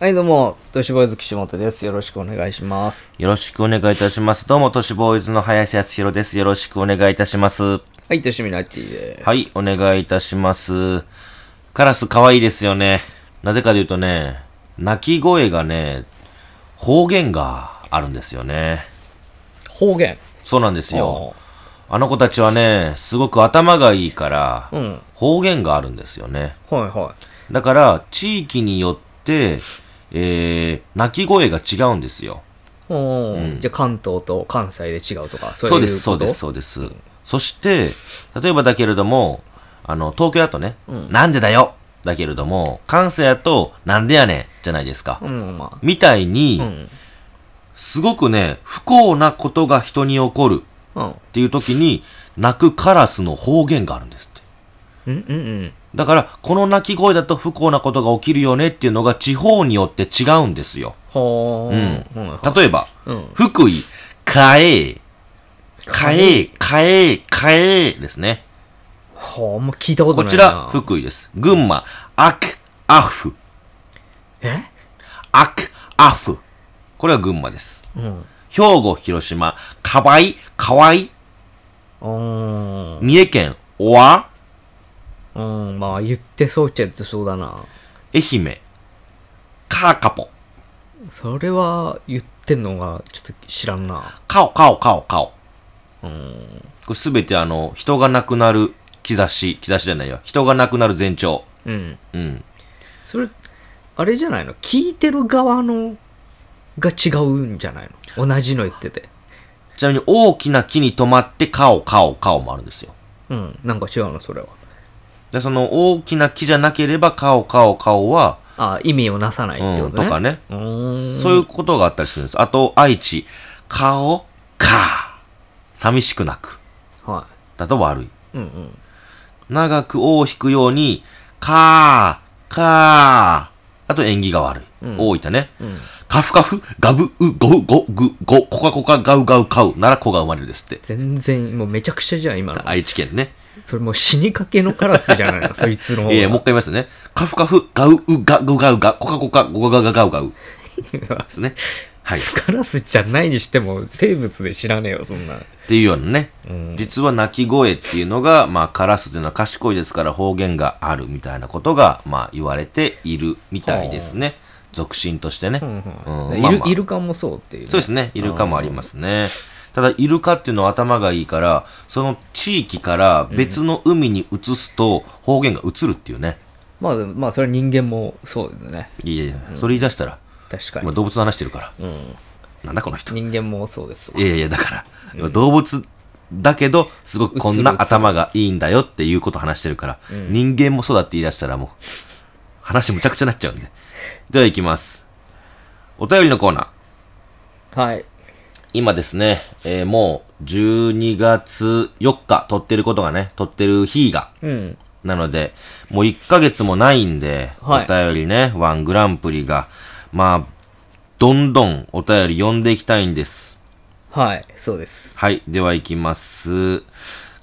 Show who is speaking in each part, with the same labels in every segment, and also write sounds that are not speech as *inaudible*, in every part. Speaker 1: はい、どうも、都市ボーイズ岸本です。よろしくお願いします。
Speaker 2: よろしくお願いいたします。どうも、都市ボーイズの林康弘です。よろしくお願いいたします。
Speaker 1: はい、都市ミナティです。
Speaker 2: はい、お願いいたします。カラス可愛いですよね。なぜかというとね、鳴き声がね、方言があるんですよね。
Speaker 1: 方言。
Speaker 2: そうなんですよ。あの子たちはね、すごく頭がいいから、
Speaker 1: うん。
Speaker 2: 方言があるんですよね。
Speaker 1: はいは
Speaker 2: だから、地域によって、えー、鳴き声が違うんですよ。
Speaker 1: い。うん。じゃあ、関東と関西で違うとか、そういう
Speaker 2: そう
Speaker 1: こと
Speaker 2: です、そうです、。そうです。そして、例えばだけれども、あの、東京だとね、なんでだよだけれども、関西だと、なんでやねんじゃないですか。
Speaker 1: うん、ま
Speaker 2: みたいに、
Speaker 1: ん
Speaker 2: すごくね、不幸なことが人に起こる
Speaker 1: あ。うん。
Speaker 2: っていう時に、泣くカラスの方言があるんですって。
Speaker 1: うんうんうん。
Speaker 2: だから、この鳴き声だと不幸なことが起きるよねっていうのが地方によって違うんですよ。
Speaker 1: ほー。
Speaker 2: うん
Speaker 1: はいはい
Speaker 2: 例えば、
Speaker 1: うん
Speaker 2: 福井、かえ、かえ、かえ、かえですね。
Speaker 1: ほー、もう聞いたこと
Speaker 2: こ
Speaker 1: ない
Speaker 2: ち
Speaker 1: な。
Speaker 2: ら、福井です。群馬、アク、アフ、
Speaker 1: え
Speaker 2: アク、アフ。これは群馬です。
Speaker 1: うん。
Speaker 2: 兵庫、広島、かわい、かわい。
Speaker 1: うん。
Speaker 2: 三重県、おわ、
Speaker 1: うん。まあ、言ってそうっちゃ言ってそうだな。
Speaker 2: 愛媛、かーかぽ。
Speaker 1: それは、言ってんのが、ちょっと知らんな。
Speaker 2: かお、かお、かお、かお。
Speaker 1: うん。
Speaker 2: これすべてあの、人が亡くなる兆し、兆しじゃないよ。人が亡くなる前兆。
Speaker 1: うん。
Speaker 2: うん。
Speaker 1: それあれじゃないの聞いてる側のが違うんじゃないの同じの言ってて
Speaker 2: ちなみに、大きな木に止まって、かお、かお、かおもあるんですよ。
Speaker 1: うんなんか違うのそれは
Speaker 2: で、その、大きな木じゃなければ、かお、かお、かおは、
Speaker 1: あ意味をなさないって
Speaker 2: う
Speaker 1: こ
Speaker 2: ん、
Speaker 1: とね、
Speaker 2: とかね。
Speaker 1: うーん
Speaker 2: そういうことがあったりするんです。あと、愛知、顔、か、寂しく泣く。
Speaker 1: は
Speaker 2: だと悪い。
Speaker 1: いうんうん
Speaker 2: 長く尾を引くように、かー、かー。あと、縁起が悪い。
Speaker 1: うん
Speaker 2: 大分ね。
Speaker 1: うん
Speaker 2: カフカフ、ガブ、ウ、ゴウ、ゴ、グ、ゴ、コカコカ、ガウガウ、カウ。なら子が生まれるですって。
Speaker 1: 全然もうめちゃくちゃじゃん今の
Speaker 2: 愛知県ね。
Speaker 1: それもう死にかけのカラスじゃ
Speaker 2: *laughs*
Speaker 1: ないのそいつの方が
Speaker 2: ええもう一回言いますね。カフカフ、ガウ、ウ、ガ、グガウガ、コカコカ、ゴガガガウガウ。ですね。はい。
Speaker 1: カラスじゃないにしても生物で知らねえよそんな
Speaker 2: っていうようなね、実は鳴き声っていうのが、まあ、カラスというのは賢いですから方言があるみたいなことが、まあ、言われているみたいですね。俗信としてね。
Speaker 1: うんうん
Speaker 2: うん
Speaker 1: イ
Speaker 2: まあ
Speaker 1: ル
Speaker 2: まあ
Speaker 1: イルカもそうっていうね、
Speaker 2: そうですね。イルカもありますね。ただ、イルカっていうのは頭がいいから、その地域から別の海に移すと方言が移るっていうね。
Speaker 1: まあまあそれは人間もそうだよね
Speaker 2: いやいや、それ言い出したら、
Speaker 1: 確か
Speaker 2: 今
Speaker 1: に、
Speaker 2: 動物の話してるから、
Speaker 1: うん、
Speaker 2: なんだこの人。い
Speaker 1: 人間もそうですわ
Speaker 2: やいやいや、だから、今動物だけど、すごくこんな頭がいいんだよっていうことを話してるから、人間もそうだって言い出したらもう、話むちゃくちゃになっちゃうんで。では行きます。お便りのコーナー。
Speaker 1: はい
Speaker 2: 今ですね、えーもう12月4日撮ってることがね、撮ってる日が、
Speaker 1: うん
Speaker 2: なので、もう1ヶ月もないんで、
Speaker 1: はい
Speaker 2: お便りね、ワングランプリが、まあ、どんどんお便り読んでいきたいんです。
Speaker 1: はい、そうです。
Speaker 2: はい。では行きます。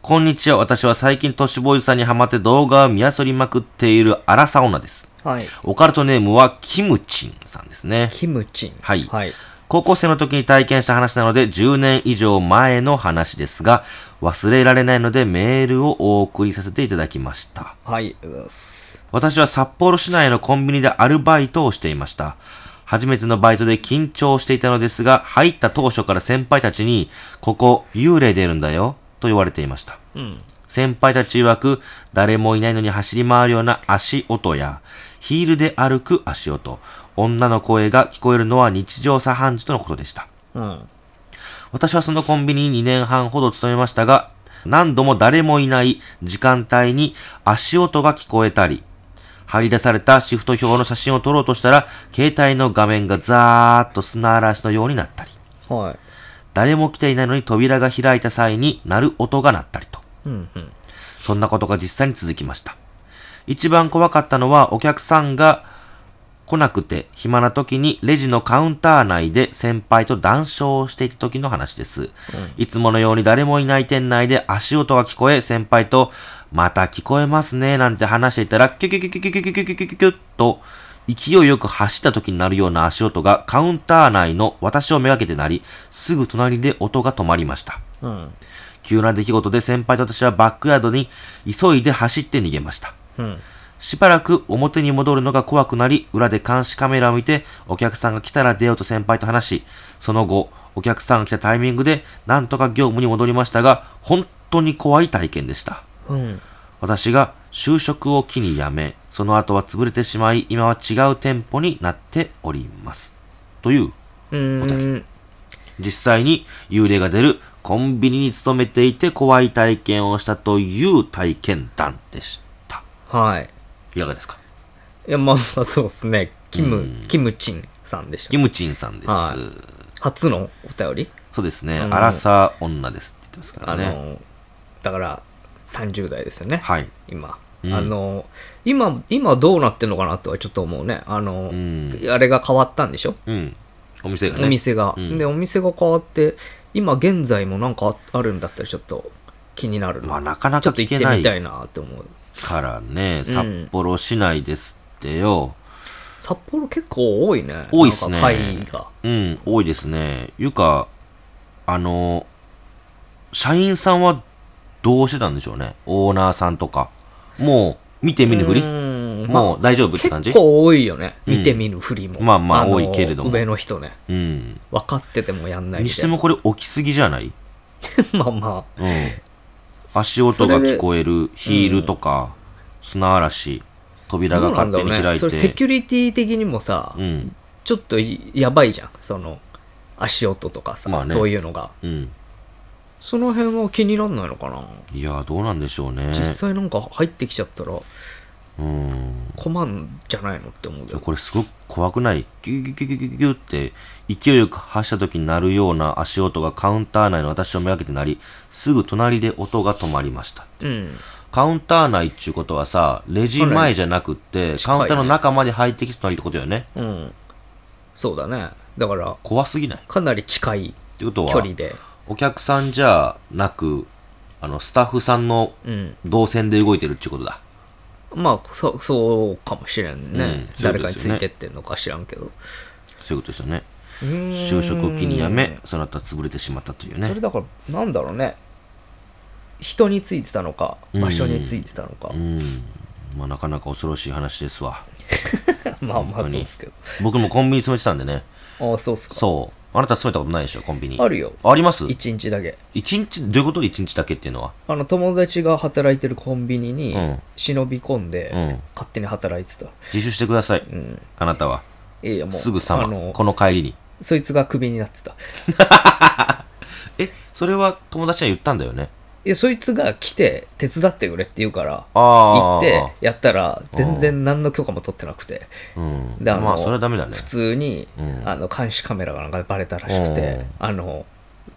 Speaker 2: こんにちは。私は最近トシボーイズさんにハマって動画を見あそりまくっているアラサオナです。
Speaker 1: はい。
Speaker 2: オカルトネームはキムチンさんですね。
Speaker 1: キムチン。
Speaker 2: はい
Speaker 1: はい。
Speaker 2: 高校生の時に体験した話なので10年以上前の話ですが、忘れられないのでメールをお送りさせていただきました。
Speaker 1: はい、うっす。
Speaker 2: 私は札幌市内のコンビニでアルバイトをしていました。初めてのバイトで緊張していたのですが、入った当初から先輩たちに、ここ幽霊出るんだよ、と言われていました。
Speaker 1: うん。
Speaker 2: 先輩たち曰く、誰もいないのに走り回るような足音や、ヒールで歩く足音、女の声が聞こえるのは日常茶飯事とのことでした。
Speaker 1: うん。
Speaker 2: 私はそのコンビニに2年半ほど勤めましたが、何度も誰もいない時間帯に足音が聞こえたり、張り出されたシフト表の写真を撮ろうとしたら、携帯の画面がザーッと砂嵐のようになったり、
Speaker 1: はい。
Speaker 2: 誰も来ていないのに扉が開いた際に鳴る音が鳴ったりと。
Speaker 1: うん、うん。
Speaker 2: そんなことが実際に続きました。一番怖かったのはお客さんが来なくて暇な時にレジのカウンター内で先輩と談笑をしていた時の話です。いつものように誰もいない店内で足音が聞こえ先輩とまた聞こえますねなんて話していたらキュキュキュキュキュキュキュキュキュキュッと勢いよく走った時になるような足音がカウンター内の私をめがけて鳴り、すぐ隣で音が止まりました。
Speaker 1: うん。
Speaker 2: 急な出来事で先輩と私はバックヤードに急いで走って逃げました。
Speaker 1: うん。
Speaker 2: しばらく表に戻るのが怖くなり、裏で監視カメラを見て、お客さんが来たら出ようと先輩と話し、その後、お客さんが来たタイミングで、なんとか業務に戻りましたが、本当に怖い体験でした。
Speaker 1: うん。
Speaker 2: 私が就職を機に辞め、その後は潰れてしまい、今は違う店舗になっております。という、
Speaker 1: うーん。
Speaker 2: 実際に幽霊が出るコンビニに勤めていて怖い体験をしたという体験談でした。
Speaker 1: はい。
Speaker 2: いかがですか
Speaker 1: いや、まあまあ、そうですね。キ
Speaker 2: う
Speaker 1: ム
Speaker 2: ん、
Speaker 1: キムチンさんでした
Speaker 2: キ。ムチンさんです。
Speaker 1: は初のお便り
Speaker 2: そうですね。
Speaker 1: あの
Speaker 2: アラサー女ですって言ってますか
Speaker 1: あ
Speaker 2: ら
Speaker 1: の、
Speaker 2: ね。
Speaker 1: だから、30代ですよね。
Speaker 2: はい。
Speaker 1: 今。
Speaker 2: うん
Speaker 1: あの、今、今どうなってんのかなとはちょっと思うね。あの、
Speaker 2: うん。
Speaker 1: あれが変わったんでしょ
Speaker 2: うん。お店がね。
Speaker 1: お店が、
Speaker 2: うん
Speaker 1: でお店が変わって今現在もなんかああるんだったらちょっと気になるな、
Speaker 2: まあなかな
Speaker 1: ちょ
Speaker 2: か
Speaker 1: っと
Speaker 2: 聞
Speaker 1: 行
Speaker 2: け
Speaker 1: って
Speaker 2: ない
Speaker 1: みたいなって思う
Speaker 2: からね。
Speaker 1: うん
Speaker 2: 札幌市内ですってよ。
Speaker 1: 札幌結構多いね
Speaker 2: 多いっすね
Speaker 1: なんか会が
Speaker 2: うん、多いですね。いうか、あの、社員さんはどうしてたんでしょうね。オーナーさんとか。もう、見て見ぬふり
Speaker 1: うーん
Speaker 2: もう大丈夫って感じ
Speaker 1: 結構多いよね
Speaker 2: うん
Speaker 1: 見て見ぬふりも、
Speaker 2: まあまあ
Speaker 1: の
Speaker 2: 多いけれども
Speaker 1: 上の人ね
Speaker 2: うん。
Speaker 1: 分かっててもやんない
Speaker 2: に
Speaker 1: み
Speaker 2: したて
Speaker 1: いな
Speaker 2: もこれ起きすぎじゃない
Speaker 1: *laughs* まあまあ
Speaker 2: うん。足音が聞こえる、ヒールとか、砂嵐、扉
Speaker 1: ど
Speaker 2: が
Speaker 1: うなん
Speaker 2: 勝
Speaker 1: だ
Speaker 2: 手
Speaker 1: ろう
Speaker 2: に開
Speaker 1: ね
Speaker 2: い
Speaker 1: それセ
Speaker 2: て。
Speaker 1: キュリティ的にもさ、
Speaker 2: うん。
Speaker 1: ちょっといやばいじゃんその足音とかさ、
Speaker 2: まあね
Speaker 1: そういうのが
Speaker 2: うん。
Speaker 1: その辺は気になんないのかない
Speaker 2: や、どうなんでしょうね。
Speaker 1: 実際なんか入ってきちゃったら
Speaker 2: うん。
Speaker 1: 困んじゃないのって思うけど
Speaker 2: これすごく怖くないギュギュギュギュギュギュギュって勢いよく走った時に鳴るような足音がカウンター内の私をめがけて鳴り、すぐ隣で音が止まりました。
Speaker 1: うん
Speaker 2: カウンター内っちゅうことはさ、レジ前じゃなくって、
Speaker 1: 近い
Speaker 2: カ
Speaker 1: ね
Speaker 2: ウンターの中まで入ってきて隣ってことよね。
Speaker 1: うんそうだねだから
Speaker 2: 怖すぎないっ
Speaker 1: かなり近い
Speaker 2: てこと
Speaker 1: 距
Speaker 2: は
Speaker 1: 離、で
Speaker 2: お客さんじゃなく、あの、スタッフさんの
Speaker 1: うん
Speaker 2: 動線で動いてるっちゅうことだ。
Speaker 1: まあそそうかもしれんね、
Speaker 2: うん
Speaker 1: 誰かについてってんのか知らんけど
Speaker 2: そういうことですよね。就
Speaker 1: 就
Speaker 2: 職を機に辞め、その後は潰れてしまったという
Speaker 1: そ
Speaker 2: ね
Speaker 1: れ。だからなんだろうね人についてたのか
Speaker 2: うん
Speaker 1: 場所についてたのか
Speaker 2: う、ん。まあなかなか恐ろしい話ですわ。
Speaker 1: *laughs* まあまあ
Speaker 2: 本当
Speaker 1: そう
Speaker 2: に
Speaker 1: ですけ
Speaker 2: 僕もコンビニ勤めてたんでね。
Speaker 1: どああそうっすか
Speaker 2: そう。あなた勤めたことないでしょ、コンビニ。
Speaker 1: あるよ
Speaker 2: あります
Speaker 1: 一日だけ
Speaker 2: 一日、どういうこと一日だけっていうのは。
Speaker 1: あの友達が働いてるコンビニに
Speaker 2: うん
Speaker 1: 忍び込んで、
Speaker 2: うん
Speaker 1: 勝手に働いてた
Speaker 2: 自首してください。
Speaker 1: うん
Speaker 2: あなたは。
Speaker 1: いやいやもう
Speaker 2: すぐさ
Speaker 1: あ
Speaker 2: ま、
Speaker 1: の
Speaker 2: この帰りに。
Speaker 1: そいつがクビになってた
Speaker 2: え、それは友達には言ったんだよね。
Speaker 1: いやそいつが来て手伝ってくれって言うから
Speaker 2: あ
Speaker 1: 行
Speaker 2: あ。
Speaker 1: ってやったら全然何の許可も取ってなくて
Speaker 2: うん。
Speaker 1: であの
Speaker 2: まあ、それはダメだね
Speaker 1: 普。通に、
Speaker 2: うん
Speaker 1: あの監視カメラがなんかバレたらしくて、
Speaker 2: うん
Speaker 1: あの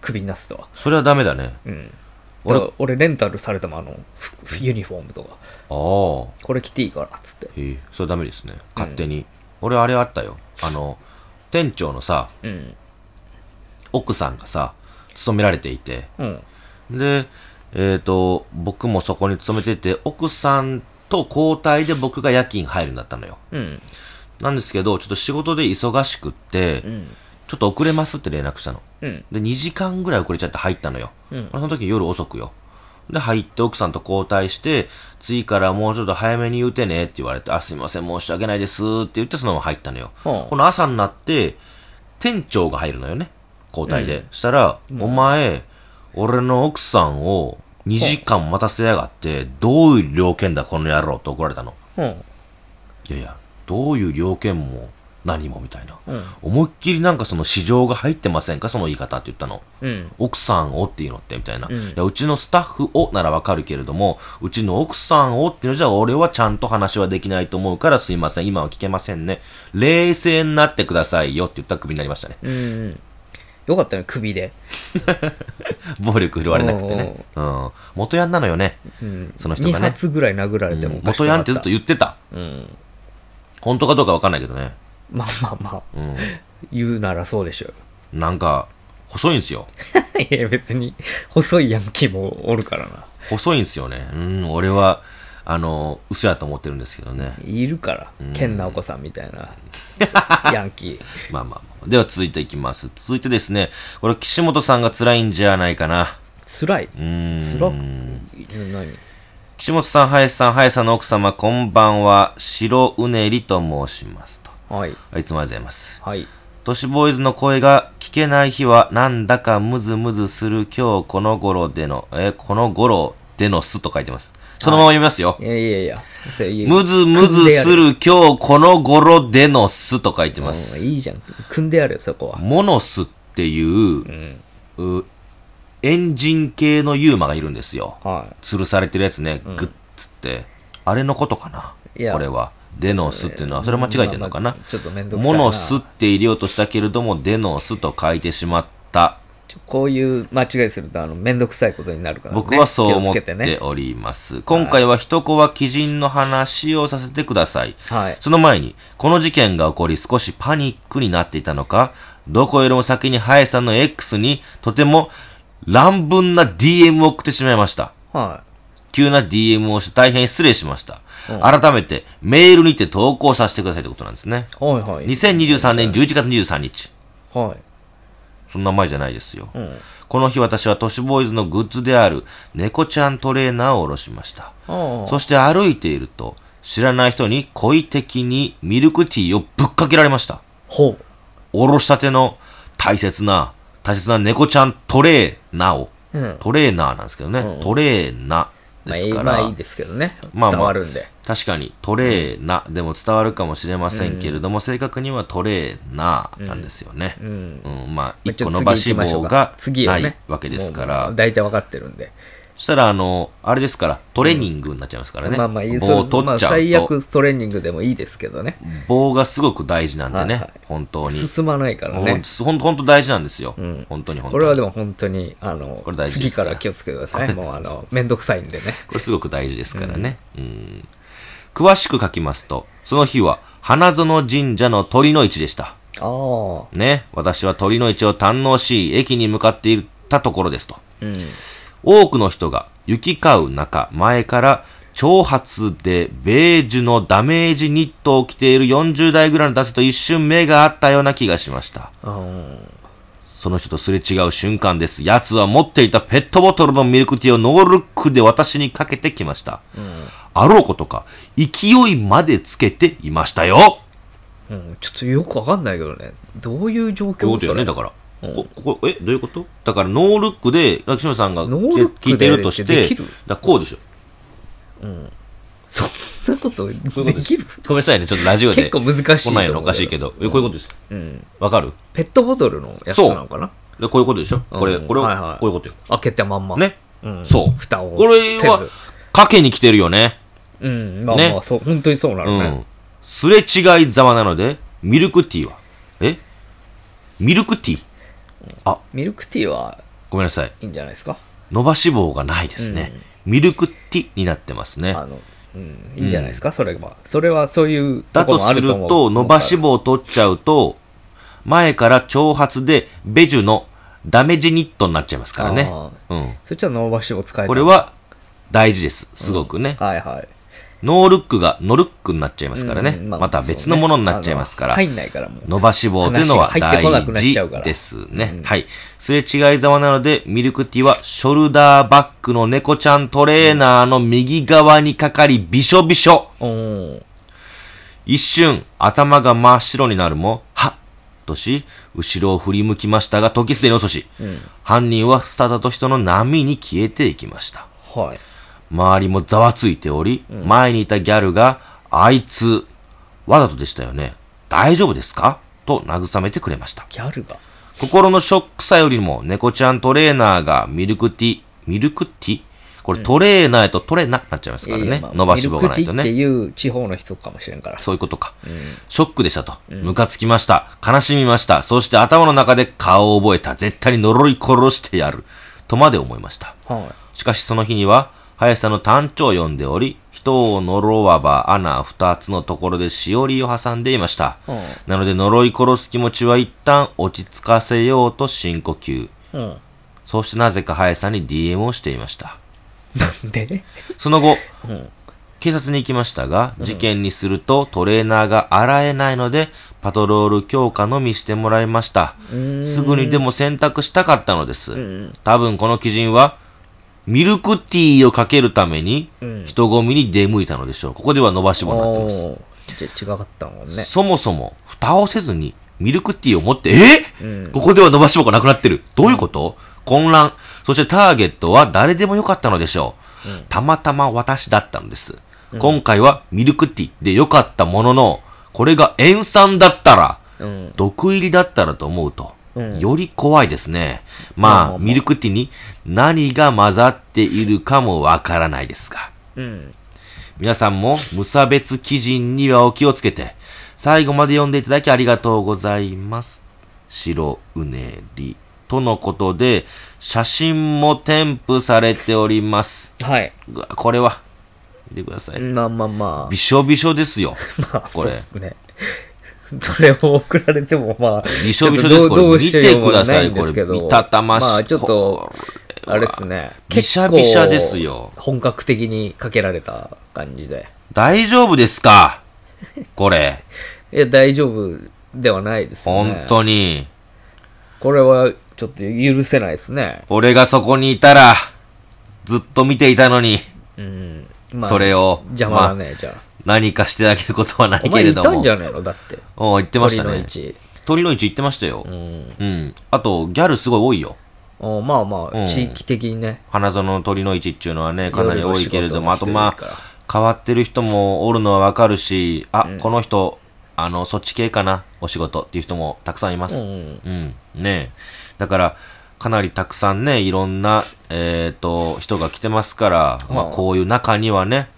Speaker 1: クビになってたわ
Speaker 2: それはダメだね。
Speaker 1: うん
Speaker 2: 俺
Speaker 1: 俺俺レンタルされたもんあのふふユニフォームとか
Speaker 2: ああ。
Speaker 1: これ着ていいからっつって
Speaker 2: へえ、それはダメですね。勝手に。俺、あれあったよ。あの、店長のさ、
Speaker 1: うん
Speaker 2: 奥さんがさ、勤められていて、
Speaker 1: うん
Speaker 2: で、えっ、と、僕もそこに勤めてて、奥さんと交代で僕が夜勤入るんだったのよ。
Speaker 1: うん
Speaker 2: なんですけど、ちょっと仕事で忙しくって、
Speaker 1: うん
Speaker 2: ちょっと遅れますって連絡したの。
Speaker 1: うん
Speaker 2: で、2時間ぐらい遅れちゃって入ったのよ。
Speaker 1: うん
Speaker 2: 俺その時夜遅くよ。で、入って奥さんと交代して、次からもうちょっと早めに言うてねって言われて、あ、すいません、申し訳ないですって言ってそのまま入ったのよ。
Speaker 1: はあ
Speaker 2: この朝になって、店長が入るのよね。交代で。したら、お前、俺の奥さんを2時間待たせやがって、どういう料件だこの野郎って怒られたの。
Speaker 1: うん
Speaker 2: いやいや、どういう料件も何もみたいな。
Speaker 1: うん
Speaker 2: 思いっきりなんかその市場が入ってませんかその言い方って言ったの。
Speaker 1: うん
Speaker 2: 奥さんをっていうのってみたいな、
Speaker 1: うん
Speaker 2: いやうちのスタッフをならわかるけれどもうちの奥さんをっていうのじゃ俺はちゃんと話はできないと思うからすいません今は聞けませんね冷静になってくださいよって言ったらクビになりましたね *laughs*
Speaker 1: うんよかったね首で
Speaker 2: 暴力振るわれなくてね、うん、元ヤンなのよね、
Speaker 1: うん
Speaker 2: その人がね
Speaker 1: 2発ぐらい殴ら
Speaker 2: う
Speaker 1: れても
Speaker 2: ん
Speaker 1: おかしく
Speaker 2: 元
Speaker 1: な
Speaker 2: ヤン
Speaker 1: か
Speaker 2: ってずっと言
Speaker 1: っ
Speaker 2: ってた
Speaker 1: たうん
Speaker 2: 本当かどうかわかんないけどね、
Speaker 1: まあまあまあ
Speaker 2: う
Speaker 1: 言うならそうでしょう
Speaker 2: ん、なんか細いんですよ
Speaker 1: いや別に細いヤンキーもおるからな
Speaker 2: 細いんですよね。うん、俺は、あの、嘘やと思ってるんですけどね。
Speaker 1: いるから、ケンナオコさんみたいな、ヤンキー。
Speaker 2: まあまあまあ。では続いていきます。続いてですね、これ岸本さんが辛いんじゃないかな。。
Speaker 1: 辛いう
Speaker 2: ーん。
Speaker 1: 辛く、何
Speaker 2: 岸本さん、林さん、林さんの奥様、こんばんは。白うねりと申しますと。
Speaker 1: はい。
Speaker 2: あいつもありがとうございます。
Speaker 1: はい。
Speaker 2: 都市ボーイズの声が聞けない日はなんだかムズムズする今日この頃での、え、この頃でのすと書いてます。そのまま読みますよ。
Speaker 1: いやいやいや。そういう
Speaker 2: ムズムズする今日この頃でのすと書いてま
Speaker 1: うん
Speaker 2: す。
Speaker 1: いいじゃん。組んでやるよ、そこは。
Speaker 2: モノスっていう、うエンジン系のユーマがいるんですよ。
Speaker 1: はい。
Speaker 2: 吊るされてるやつね、グッつって。あれのことかない
Speaker 1: や
Speaker 2: これは。デノスっていうのは、それ間違えてるのか
Speaker 1: ま
Speaker 2: な
Speaker 1: あまあちょっとめんどくさい
Speaker 2: モ
Speaker 1: な
Speaker 2: ノスって入れようとしたけれども、デノスと書いてしまった。
Speaker 1: ちょこういう間違いすると、あの、めんどくさいことになるからね。
Speaker 2: 僕はそう思っ
Speaker 1: 気をつけて
Speaker 2: て
Speaker 1: ね。
Speaker 2: おります。今回は一コは鬼人の話をさせてください。
Speaker 1: はい。
Speaker 2: その前に、この事件が起こり少しパニックになっていたのか、どこよりも先にハエさんの X にとても乱文な DM を送ってしまいました。
Speaker 1: は
Speaker 2: 急な DM をして大変失礼しました。改めて、メールにて投稿させてくださいということなんですね。
Speaker 1: い。はいはい。
Speaker 2: 2023年11月23日。
Speaker 1: はい。
Speaker 2: そんな前じゃないですよ。
Speaker 1: うん。
Speaker 2: この日私は都市ボーイズのグッズである猫ちゃんトレーナーを下ろしました。
Speaker 1: あ
Speaker 2: そして歩いていると、知らない人に恋的にミルクティーをぶっかけられました。
Speaker 1: ほ
Speaker 2: おろしたての大切な、大切な猫ちゃんトレーナーを、
Speaker 1: う。うん。
Speaker 2: トレーナーなんですけどね、
Speaker 1: うん
Speaker 2: トレーナー
Speaker 1: まあ、
Speaker 2: で
Speaker 1: え
Speaker 2: す
Speaker 1: え
Speaker 2: から、
Speaker 1: まあいいですけどね。伝
Speaker 2: まあまあ
Speaker 1: わるんで。
Speaker 2: 確かにトレーナーでも伝わるかもしれませんけれども、正確にはトレーナーなんですよね。うんまあ、
Speaker 1: ち
Speaker 2: 一
Speaker 1: ょ
Speaker 2: 個
Speaker 1: っと
Speaker 2: 伸
Speaker 1: 次行
Speaker 2: ば
Speaker 1: き
Speaker 2: し
Speaker 1: まょ
Speaker 2: 棒
Speaker 1: う
Speaker 2: が
Speaker 1: か次
Speaker 2: な
Speaker 1: よ
Speaker 2: い
Speaker 1: ね
Speaker 2: わけですか
Speaker 1: も
Speaker 2: ら
Speaker 1: う、大体わかってるんで。
Speaker 2: そしたら、あの、あれですから、トレーニングになっちゃいますからね。
Speaker 1: まあまあいい
Speaker 2: 棒を
Speaker 1: ま
Speaker 2: 取っ
Speaker 1: あ
Speaker 2: ちゃうと、
Speaker 1: 最悪トレーニングでもいいですけどね。
Speaker 2: 棒がすごく大事なんでね、
Speaker 1: はいはい
Speaker 2: 本当に。
Speaker 1: 進まないからね。
Speaker 2: ほん本当大事なんですよ。
Speaker 1: ん
Speaker 2: 本当に本
Speaker 1: こ
Speaker 2: 当に。
Speaker 1: れはでも本当に、あの
Speaker 2: これ、大事で
Speaker 1: 次
Speaker 2: すか
Speaker 1: からら気をつけてください。もう、あの、めんどくさいんで
Speaker 2: *laughs*
Speaker 1: ね。
Speaker 2: これすごく大事ですからね。うん詳しく書きますと、その日は花園神社の鳥の市でした。
Speaker 1: ああ。
Speaker 2: ね。私は鳥の市を堪能し、駅に向かっていたところですと。
Speaker 1: うん。
Speaker 2: 多くの人が行き交う中、前から長髪でベージュのダメージニットを着ている40代ぐらいの男性と一瞬目があったような気がしました。その人とすれ違う瞬間です。奴は持っていたペットボトルのミルクティーをノールックで私にかけてきました。あろうことか、勢いまでつけていましたよ
Speaker 1: うん、ちょっとよくわかんないけどね。どういう状況
Speaker 2: ということよ
Speaker 1: それ
Speaker 2: ね、だから。こここえどういうことだからノールックで、ラキシムさんが
Speaker 1: ノールックで
Speaker 2: 聞いてるとし
Speaker 1: で
Speaker 2: て、
Speaker 1: き
Speaker 2: だ
Speaker 1: る
Speaker 2: からこうでしょ。
Speaker 1: そんなことで
Speaker 2: こういうこと
Speaker 1: き
Speaker 2: す
Speaker 1: る
Speaker 2: ごめんなさいね、ちょっとラジオ
Speaker 1: 結
Speaker 2: で。
Speaker 1: 構難しい
Speaker 2: こんなんやのおかしいけど。えこういうことです。わかる
Speaker 1: ペットボトルのやつなのかな
Speaker 2: でこういうことでしょこれ、
Speaker 1: うん
Speaker 2: これを、
Speaker 1: はいはい
Speaker 2: こういうことよ。
Speaker 1: 開けたまんま。
Speaker 2: ね。
Speaker 1: うん。
Speaker 2: そう。
Speaker 1: 蓋を
Speaker 2: これ
Speaker 1: せ
Speaker 2: は
Speaker 1: ず、
Speaker 2: かけに来てるよね。
Speaker 1: うん。まあまあ、
Speaker 2: ね
Speaker 1: そう、本当にそうなの
Speaker 2: う
Speaker 1: ね
Speaker 2: ん。。すれ違いざまなので、ミルクティーは。えミルクティーあ、
Speaker 1: ミルクティーは
Speaker 2: ごめんなさい。
Speaker 1: いいんじゃないですか
Speaker 2: 伸ばし棒がないですね。ミルクティーになってますね。
Speaker 1: あの、うん、いいんじゃないですか、それは。それはそういう
Speaker 2: だ
Speaker 1: こともあ
Speaker 2: す
Speaker 1: る
Speaker 2: る
Speaker 1: と思う。
Speaker 2: と、伸ばし棒を取っちゃうと、前から長髪で、ベジュのダメージニットになっちゃいますからね
Speaker 1: あ。
Speaker 2: うん。
Speaker 1: そっちは伸ばし棒使えた
Speaker 2: これ、は、大事です。すごくね。
Speaker 1: はいはい。
Speaker 2: ノールックがノルックになっちゃいますからね。
Speaker 1: うん
Speaker 2: また別のものになっちゃいますから。
Speaker 1: そうねあの入んないからもう。
Speaker 2: 伸ばし棒というのは
Speaker 1: 話が入ってこなくなっ
Speaker 2: 大
Speaker 1: ちゃうか
Speaker 2: 事
Speaker 1: ら
Speaker 2: ですね。はい。すれ違いざまなので、ミルクティーはショルダーバッグの猫ちゃんトレーナーの右側にかかり、びしょびしょ。
Speaker 1: おー
Speaker 2: 一瞬、頭が真っ白になるも、はっとし、後ろを振り向きましたが、時すでに遅し、犯人はスタダと人の波に消えていきました。
Speaker 1: はい。
Speaker 2: 周りもざわついており、前にいたギャルが、あいつ、わざとでしたよね。大丈夫ですかと慰めてくれました。
Speaker 1: ギャルが。
Speaker 2: 心のショックさよりも、猫ちゃんトレーナーがミルクティ、ミルクティこれトレーナーやとトレーナーになっちゃいますから
Speaker 1: いや
Speaker 2: ね
Speaker 1: いや。まあ
Speaker 2: 伸ばし棒がないと
Speaker 1: ミルク
Speaker 2: ね。
Speaker 1: ティっていう地方の人かもしれんから。
Speaker 2: そういうことか。ショックでしたと。ムカつきました。悲しみました。そして頭の中で顔を覚えた。絶対に呪い殺してやる。とまで思いました。
Speaker 1: は
Speaker 2: しかしその日には、林さんの単調を読んでおり、人を呪わば穴二つのところでしおりを挟んでいました。
Speaker 1: うん
Speaker 2: なので呪い殺す気持ちは一旦落ち着かせようと深呼吸。
Speaker 1: い。うん。
Speaker 2: そうしてなぜか林さんに DM をしていました。
Speaker 1: で、
Speaker 2: その後、警察に行きましたが、事件にするとトレーナーが洗えないので、パトロール強化のみしてもらいました。すぐにでも洗濯したかったのです。多分この基人は、ミルクティーをかけるために、人混みに出向いたのでしょう。ここでは伸ばし棒になってます。
Speaker 1: おーじゃあ違かったもんね。
Speaker 2: そもそも、蓋をせずに、ミルクティーを持って、えーここでは伸ばし棒がなくなってる。どういうこと、混乱。そしてターゲットは誰でもよかったのでしょう。たまたま私だったのです。今回はミルクティーでよかったものの、これが塩酸だったら、
Speaker 1: うん。
Speaker 2: 毒入りだったらと思うと、
Speaker 1: うん
Speaker 2: より怖いですね。
Speaker 1: まあ
Speaker 2: まあ、
Speaker 1: まあ
Speaker 2: ミルクティーに何が混ざっているかもわからないですが。
Speaker 1: うん。
Speaker 2: 皆さんも無差別基人にはお気をつけて、最後まで読んでいただきありがとうございます。白うねり。とのことで、写真も添付されております。
Speaker 1: はい。
Speaker 2: うわこれは、見てください。
Speaker 1: まあまあま
Speaker 2: びしょびしょですよ。
Speaker 1: あ。 *laughs* まあ、
Speaker 2: こ
Speaker 1: そう
Speaker 2: れ
Speaker 1: で。すね。それを送られても、まあ。
Speaker 2: びしょびしょです。
Speaker 1: ちょっ
Speaker 2: ことれ
Speaker 1: どう
Speaker 2: 見
Speaker 1: しよ
Speaker 2: て
Speaker 1: うも
Speaker 2: くださ
Speaker 1: ない
Speaker 2: い。
Speaker 1: ん
Speaker 2: こ
Speaker 1: ですけ
Speaker 2: れ、
Speaker 1: ど
Speaker 2: 見たたまし
Speaker 1: まあ、ちょっと、
Speaker 2: これ
Speaker 1: あ
Speaker 2: は
Speaker 1: れですね。
Speaker 2: びしゃびしゃですよ
Speaker 1: 結構本格的にかけられた感じで。
Speaker 2: 大丈夫ですかこれ。
Speaker 1: いや、大丈夫ではないですよね。
Speaker 2: 本当に。
Speaker 1: これは、ちょっと許せないですね。
Speaker 2: 俺がそこにいたら、ずっと見ていたのに。
Speaker 1: うん。まあ
Speaker 2: それを
Speaker 1: 邪魔だね、じゃあ。
Speaker 2: 何かしてあげることはない
Speaker 1: お
Speaker 2: け
Speaker 1: 前
Speaker 2: れ
Speaker 1: い
Speaker 2: ども。
Speaker 1: たんじゃねえのだって。
Speaker 2: おう言ってまし
Speaker 1: 鳥
Speaker 2: た
Speaker 1: の位
Speaker 2: ね。
Speaker 1: 置。
Speaker 2: 鳥の位置行ってましたよ
Speaker 1: う。ん。
Speaker 2: うん。あと、ギャルすごい多いよ。
Speaker 1: おまあま
Speaker 2: うん
Speaker 1: あ、地域的にね。
Speaker 2: 花園の鳥の位置っていうのはね、かなり多いけれども、あ
Speaker 1: 夜の仕事
Speaker 2: と
Speaker 1: の人多
Speaker 2: ま
Speaker 1: いから
Speaker 2: あ、変わってる人もおるのはわかるし、あ、この人、あの、そっち系かな、お仕事っていう人もたくさんいます。
Speaker 1: う
Speaker 2: うん
Speaker 1: ん。
Speaker 2: ねえだから、かなりたくさんね、いろんな、えっ、と、人が来てますから、まあ、
Speaker 1: うん
Speaker 2: こういう中にはね、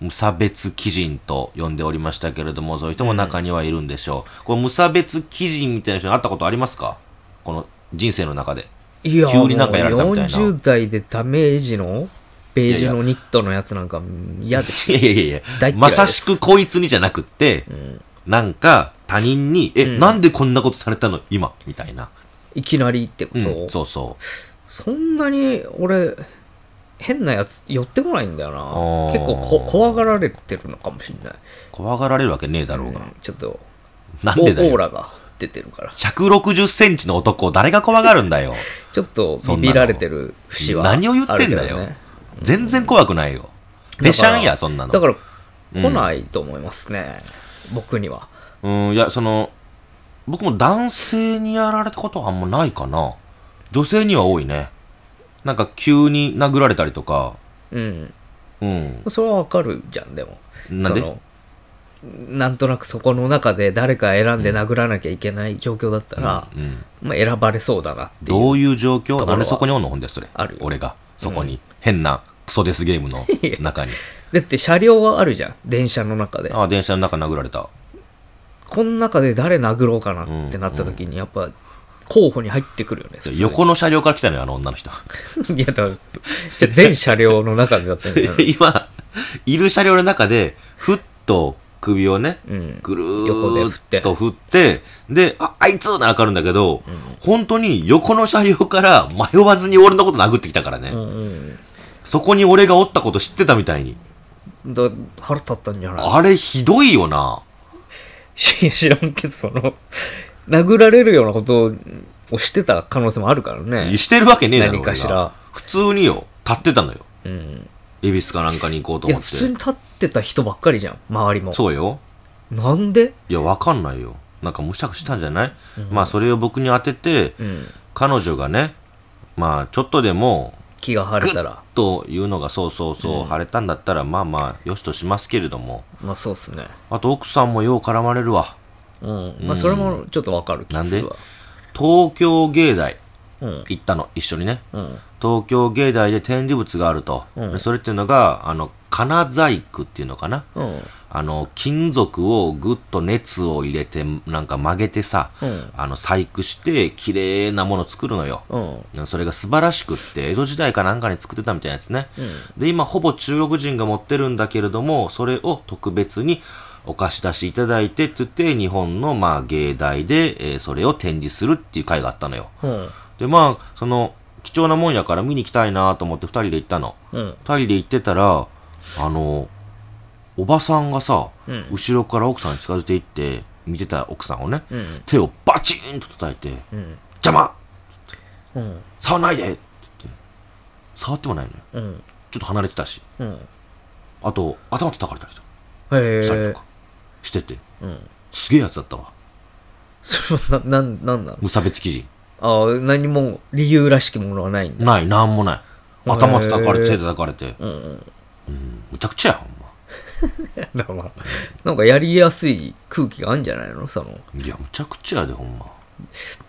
Speaker 2: 無差別基人と呼んでおりましたけれども、そういう人も中にはいるんでしょう。これ無差別基人みたいな人に会ったことありますかこの人生の中で。
Speaker 1: いや、
Speaker 2: 急になんかやられたみたいな
Speaker 1: もう40代でダメージの、ベージュのニットのやつなんか嫌で
Speaker 2: *laughs* いやいやいや
Speaker 1: 大
Speaker 2: い
Speaker 1: 嫌
Speaker 2: や、
Speaker 1: い
Speaker 2: ま
Speaker 1: です
Speaker 2: さしくこいつにじゃなくって、なんか他人に、え、なんでこんなことされたの今、みたいな。
Speaker 1: いきなりってこ
Speaker 2: う
Speaker 1: と、
Speaker 2: ん、そうそう。
Speaker 1: そんなに俺、変なやつ寄ってこないんだよな
Speaker 2: ー。
Speaker 1: 結構こ怖がられてるのかもしれない。
Speaker 2: 怖がられるわけねえだろうが。
Speaker 1: うんちょっと、
Speaker 2: なん
Speaker 1: オオ
Speaker 2: でだ
Speaker 1: ー
Speaker 2: よ。
Speaker 1: ラが出てるから。
Speaker 2: 160センチの男を誰が怖がるんだよ。
Speaker 1: ちょっとビビられてる節はあるけ
Speaker 2: 何
Speaker 1: どね、
Speaker 2: を言ってんだよ。全然怖くないよ。ペシャンや、そんなの。
Speaker 1: だから、
Speaker 2: うん
Speaker 1: 来ないと思いますね。僕には。
Speaker 2: うん、いや、その、僕も男性にやられたことはあんまないかな。女性には多いね。なんか急に殴られたりとか、
Speaker 1: うん。
Speaker 2: うん。
Speaker 1: それはわかるじゃん、でも。
Speaker 2: なんで
Speaker 1: そのなんとなくそこの中で誰か選んで殴らなきゃいけない状況だったら、
Speaker 2: うん、
Speaker 1: まあ、選ばれそうだなっていう。
Speaker 2: どういう状
Speaker 1: と
Speaker 2: 況
Speaker 1: ころは
Speaker 2: なんでそこにおんのほんでそれ。
Speaker 1: あるよ
Speaker 2: 俺が、そこに。変なクソデスゲーム
Speaker 1: *laughs*
Speaker 2: の中に。
Speaker 1: だって車両はあるじゃん、電車の中で。
Speaker 2: ああ、電車の中殴られた。
Speaker 1: この中で誰殴ろうかなってなった時に、やっぱ、候補に入ってくるよね。普通に
Speaker 2: 横の車両から来たのよ、あの女の人。
Speaker 1: いや、だから、じゃあ全車両の中でだったんだよ
Speaker 2: *laughs* 今、いる車両の中で、ふっと首をね、
Speaker 1: うん
Speaker 2: ぐる
Speaker 1: 横で振っ
Speaker 2: ー
Speaker 1: て
Speaker 2: っと振って、で、あ、あいつならわかるんだけど、本当に横の車両から迷わずに俺のこと殴ってきたからね。
Speaker 1: うん
Speaker 2: そこに俺がおったこと知ってたみたいに。
Speaker 1: うん。だ腹立ったんじゃない
Speaker 2: あれ、ひどいよな。
Speaker 1: し知らんけど、その、殴られるようなことをしてた可能性もあるからね。
Speaker 2: してるわけねえだろ
Speaker 1: 何かし
Speaker 2: 俺
Speaker 1: ら
Speaker 2: が普通によ立ってたのよ
Speaker 1: うん。
Speaker 2: 恵比寿かなんかに行こうと
Speaker 1: いや、
Speaker 2: 思っ
Speaker 1: 普通
Speaker 2: て
Speaker 1: に立ってた人ばっかりじゃん、周りも。
Speaker 2: そうよ
Speaker 1: なんで
Speaker 2: いやわかんないよなんかむしゃくしたんじゃない、まあそれを僕に当てて、
Speaker 1: うん。
Speaker 2: 彼女がねまあちょっとでも
Speaker 1: 気が晴れたら。
Speaker 2: というのがそうそうそう、晴れたんだったらまあまあよしとしますけれども
Speaker 1: まあそうっすね。
Speaker 2: あと奥さんもよう絡まれるわ
Speaker 1: うん。まあそれもちょっとわかる気
Speaker 2: なん
Speaker 1: す
Speaker 2: で
Speaker 1: るわ。
Speaker 2: 東京芸大
Speaker 1: うん。
Speaker 2: 行ったの一緒にね
Speaker 1: うん。
Speaker 2: 東京芸大で展示物があると、
Speaker 1: うん
Speaker 2: でそれっていうのがあの金細工っていうのかな、
Speaker 1: うん。
Speaker 2: あの、金属をぐっと熱を入れて、なんか曲げてさ、
Speaker 1: うん
Speaker 2: あの、細工して、綺麗なもの作るのよ。
Speaker 1: うん。
Speaker 2: それが素晴らしくって、江戸時代かなんかに作ってたみたいなやつね。で、今、ほぼ中国人が持ってるんだけれども、それを特別にお貸し出しいただいて、つって、日本の、まあ、芸大で、えーそれを展示するっていう会があったのよ。
Speaker 1: うん。
Speaker 2: で、まあ、その、貴重なもんやから見に行きたいなと思って二人で行ったの。
Speaker 1: うん。
Speaker 2: 二人で行ってたら、あの、おばさんがさ、
Speaker 1: うん
Speaker 2: 後ろから奥さんに近づいていって見てた奥さんをね、
Speaker 1: うん
Speaker 2: 手をバチーンと叩いて「
Speaker 1: うん
Speaker 2: 邪魔
Speaker 1: うん
Speaker 2: 触んないで!」って言って触ってもないのよ
Speaker 1: うん
Speaker 2: ちょっと離れてたし
Speaker 1: うん
Speaker 2: あと頭叩かれたりとか
Speaker 1: へ
Speaker 2: したり
Speaker 1: え
Speaker 2: とかしてて、
Speaker 1: うん
Speaker 2: すげえやつだったわ
Speaker 1: それはななんなんなの
Speaker 2: 無差別記事
Speaker 1: ああ何も理由らしきものはないんだ
Speaker 2: ないなんもない頭叩かれ
Speaker 1: へ
Speaker 2: て
Speaker 1: ー
Speaker 2: 手叩かれて
Speaker 1: うんうん
Speaker 2: うんむちゃくちゃやほんま
Speaker 1: だからまあなんかやりやすい空気があるんじゃないのその
Speaker 2: いやむちゃくちゃやでほんま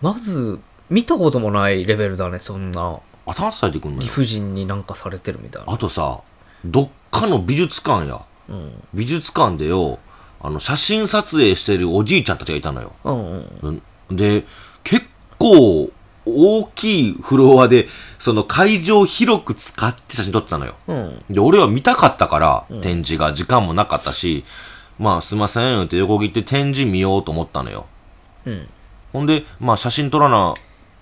Speaker 1: まず見たこともないレベルだねそんな
Speaker 2: 頭叩いてくんの
Speaker 1: 理
Speaker 2: よ
Speaker 1: 不尽になんかされてるみたいな
Speaker 2: あとさどっかの美術館や
Speaker 1: うん
Speaker 2: 美術館でよあの写真撮影してるおじいちゃんたちがいたのよ
Speaker 1: うんうん
Speaker 2: で、結構大きいフロアで、その会場を広く使って写真撮ってたのよ。
Speaker 1: うん
Speaker 2: で、俺は見たかったから、展示が、時間もなかったし、まあ、すいません、って横切って展示見ようと思ったのよ。
Speaker 1: うん
Speaker 2: ほんで、まあ、写真撮らなっ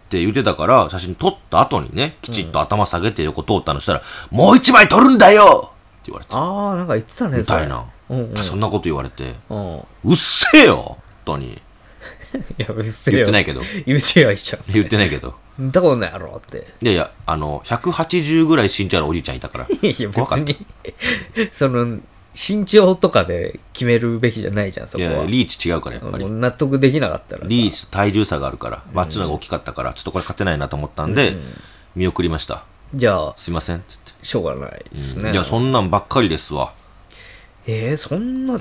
Speaker 2: て言ってたから、写真撮った後にね、きちっと頭下げて横通ったのしたら、もう一枚撮るんだよって言われて、
Speaker 1: ああなんか言ってたね
Speaker 2: み
Speaker 1: それ
Speaker 2: たいな。
Speaker 1: うんうん
Speaker 2: そんなこと言われて、
Speaker 1: うん
Speaker 2: うっせえよ本当に。
Speaker 1: いやうっせえ
Speaker 2: 言
Speaker 1: よ
Speaker 2: ってないけど。
Speaker 1: 言ってないじゃん
Speaker 2: 言ってないけど。
Speaker 1: 見たことないやろって
Speaker 2: いやいや、あの、180ぐらい身長あるおじいちゃんい
Speaker 1: *laughs*
Speaker 2: たから。
Speaker 1: いやいや
Speaker 2: 怖か
Speaker 1: 別
Speaker 2: った
Speaker 1: に *laughs* その身長とかで決めるべきじゃないじゃんそ
Speaker 2: い
Speaker 1: こは
Speaker 2: や、リーチ違うから、やっぱ
Speaker 1: もう
Speaker 2: り。
Speaker 1: 納得できなかったらさ
Speaker 2: リーチと体重差があるから、バッチの方が大きかったから、ちょっとこれ勝てないなと思ったんで、見送りました。
Speaker 1: じゃあ
Speaker 2: すいません、って言って
Speaker 1: しょうがないです
Speaker 2: う
Speaker 1: ね
Speaker 2: んいや、そんなんばっかりですわ。
Speaker 1: えー、そんな、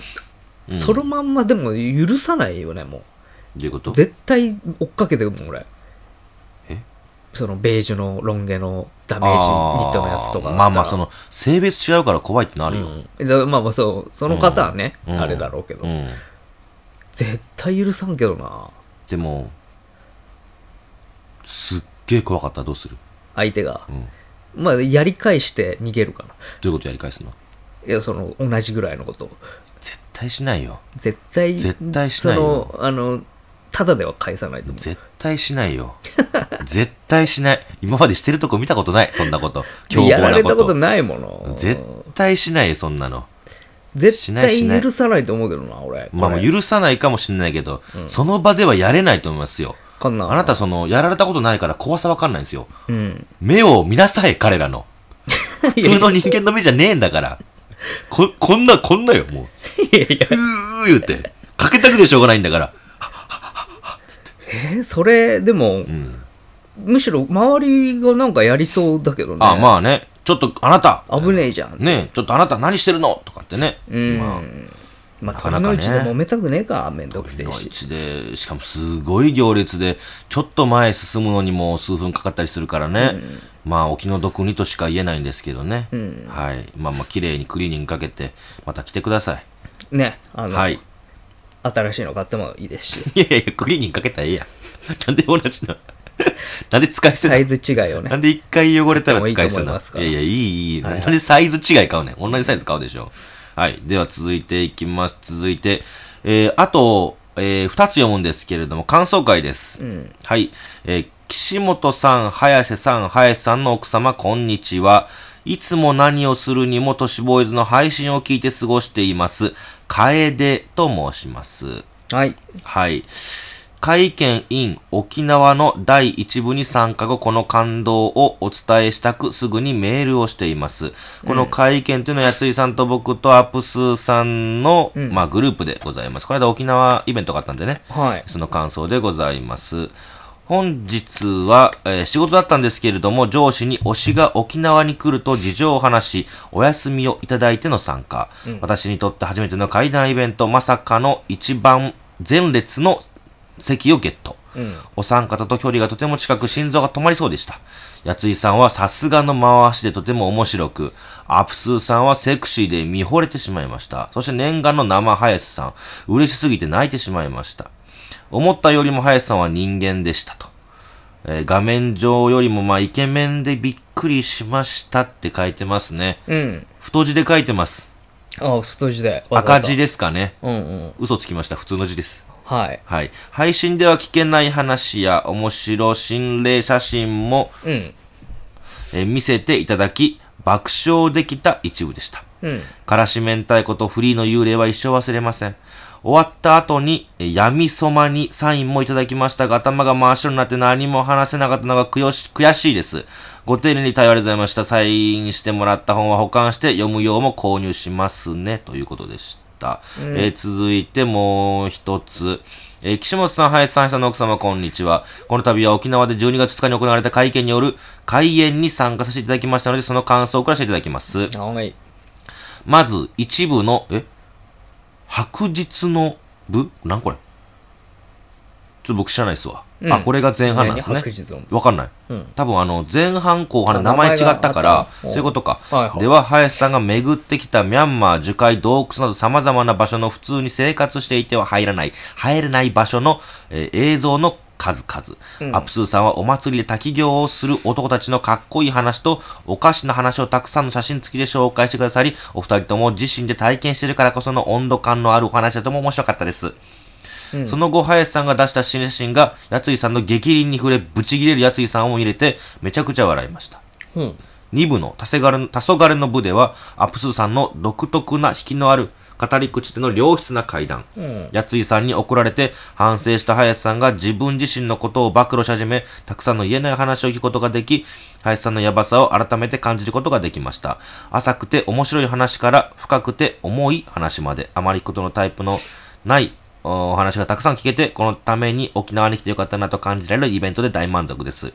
Speaker 1: そのまんまでも許さないよねも
Speaker 2: どういうこ
Speaker 1: う
Speaker 2: と
Speaker 1: 絶対追っかけてるもん俺
Speaker 2: え
Speaker 1: そのベージュのロン毛のダメージニットのやつとかだったら
Speaker 2: あーまあまあ、その、性別違うから怖いってなるよ。
Speaker 1: うんだまあまあそうその方はね、
Speaker 2: うん
Speaker 1: あれだろうけど、
Speaker 2: うん。
Speaker 1: 絶対許さんけどな
Speaker 2: でも、すっげえ怖かったらどうする
Speaker 1: 相手が
Speaker 2: うん。
Speaker 1: まあやり返して逃げるかな
Speaker 2: どういうことやり返すの
Speaker 1: いやその同じぐらいのことを
Speaker 2: 絶対しないよ。
Speaker 1: 絶対
Speaker 2: 絶対しない
Speaker 1: そ
Speaker 2: よ
Speaker 1: のあのただでは返さないと思う
Speaker 2: 絶対しないよ。 *laughs* 絶対しない。今までしてるとこ見たことない。そんなこと。強
Speaker 1: や
Speaker 2: 硬
Speaker 1: ら
Speaker 2: な
Speaker 1: れ
Speaker 2: こ
Speaker 1: た
Speaker 2: と。
Speaker 1: ことないもの
Speaker 2: 絶対しないよ、そんなの。し
Speaker 1: 絶
Speaker 2: ないしない
Speaker 1: 対許さないと思うけどな俺
Speaker 2: まあ、もう
Speaker 1: これ
Speaker 2: 許さないかもしれないけど、その場ではやれないと思いますよ。
Speaker 1: こんな
Speaker 2: あなた、その、やられたことないから怖さわかんないんですよ。
Speaker 1: うん
Speaker 2: 目を見なさい、彼
Speaker 1: *laughs*
Speaker 2: らの。普通の人間の目じゃねえんだから。こ、こんな、こんなよ、も。
Speaker 1: いやいう
Speaker 2: うー言って。かけたくてしょうがないんだから。
Speaker 1: やえそれでも、
Speaker 2: うん。
Speaker 1: むしろ周りがなんかやりそうだけどね
Speaker 2: あ、まあね。ちょっと、あなた。
Speaker 1: 危ねえじゃん
Speaker 2: ねえ、ちょっとあなた何してるのとかってね。
Speaker 1: うん
Speaker 2: まあ
Speaker 1: まあ
Speaker 2: なかなかね
Speaker 1: 鳥の内で揉めたくねえかめんどくせえし
Speaker 2: 一で、しかもすごい行列で、ちょっと前進むのにもう数分かかったりするからね。まあ、お気の毒にとしか言えないんですけどね。
Speaker 1: ん
Speaker 2: はい。まあまあ、綺麗にクリーニングかけて、また来てください。
Speaker 1: ねあの、
Speaker 2: はい。
Speaker 1: 新しいの買ってもいいですし
Speaker 2: いやいやいや、クリーニングかけたらええやん。 *laughs* なんで同じな。 *laughs* なんで使い捨
Speaker 1: サイ
Speaker 2: て
Speaker 1: ズ違いを
Speaker 2: なな
Speaker 1: ね
Speaker 2: *laughs* んで一回汚れたら使い捨て
Speaker 1: 買ってもいいと思い
Speaker 2: な
Speaker 1: ますから
Speaker 2: いやいや、いい、いい。なんでサイズ違い買うねん。同じサイズ買うでしょ。はい。では続いていきます。続いて、えー、あと、えー、二つ読むんですけれども、感想会です。
Speaker 1: うん
Speaker 2: はい。えー、岸本さん、早瀬さん、林さんの奥様、こんにちは。いつも何をするにも、都市ボーイズの配信を聞いて過ごしています。楓と申します。
Speaker 1: はい
Speaker 2: はい。会見 in 沖縄の第一部に参加後、この感動をお伝えしたく、すぐにメールをしています。この会見というのは、やついさんと僕とアップスーさんの、まあ、グループでございます。この間沖縄イベントがあったんでね。
Speaker 1: はい
Speaker 2: その感想でございます。本日は、えー仕事だったんですけれども、上司に推しが沖縄に来ると事情を話し、お休みをいただいての参加。私にとって初めての会談イベント、まさかの一番前列の席をゲット。
Speaker 1: うん
Speaker 2: お三方と距離がとても近く心臓が止まりそうでした。やついさんはさすがの回しでとても面白く、アプスーさんはセクシーで見惚れてしまいました。そして念願の生林さん、嬉しすぎて泣いてしまいました。思ったよりも林さんは人間でしたと。えー画面上よりもまあイケメンでびっくりしましたって書いてますね。
Speaker 1: うん
Speaker 2: 太字で書いてます。
Speaker 1: あ太字でわざわ
Speaker 2: 赤
Speaker 1: ざ
Speaker 2: 字ですかね。
Speaker 1: うんうん
Speaker 2: 嘘つきました。普通の字です。
Speaker 1: はい
Speaker 2: はい。配信では聞けない話や面白心霊写真も、
Speaker 1: うん
Speaker 2: えー見せていただき、爆笑できた一部でした。
Speaker 1: うん。
Speaker 2: からし明太子とフリーの幽霊は一生忘れません。終わった後に、え闇そまにサインもいただきましたが、頭が真っ白になって何も話せなかったのが悔し悔しいです。ご丁寧に対応ありがとうございました。サインしてもらった本は保管して、読む用も購入しますね。ということでした。えー続いてもう一つ。えー岸本さん、林さん、林さんの奥様、こんにちは。この度は沖縄で12月2日に行われた会見による開演に参加させていただきましたので、その感想からしていただきます。
Speaker 1: はい。
Speaker 2: まず、一部の、え白日の部なんこれちょっと僕知らないですわ。
Speaker 1: うん
Speaker 2: あ、これが前半なんですね。
Speaker 1: 何白日の部
Speaker 2: わかんない。
Speaker 1: うん
Speaker 2: 多分あの、前半後半で
Speaker 1: あ
Speaker 2: 名前違った
Speaker 1: 名前
Speaker 2: か
Speaker 1: があっ
Speaker 2: ら
Speaker 1: た、
Speaker 2: そういうことか。
Speaker 1: はいはい
Speaker 2: では、林さんが巡ってきたミャンマー、樹海、洞窟など様々な場所の普通に生活していては入らない、入れない場所の、えー映像の数々、アプスーさんはお祭りで滝行をする男たちのかっこいい話とおかしな話をたくさんの写真付きで紹介してくださり、お二人とも自身で体験しているからこその温度感のあるお話だとも面白かったです。その後、林さんが出した新写真が、やついさんの激凛に触れ、ブチギレるやついさんを入れて、めちゃくちゃ笑いました。
Speaker 1: うん。
Speaker 2: 2部の「たせがれの黄昏の部」ではアプスーさんの独特な引きのある語り口での良質な会談、やついさんに怒られて反省した林さんが自分自身のことを暴露し始めたくさんの言えない話を聞くことができ林さんのヤバさを改めて感じることができました浅くて面白い話から深くて重い話まであまりことのタイプのないおお話がたくさん聞けてこのために沖縄に来てよかったなと感じられるイベントで大満足です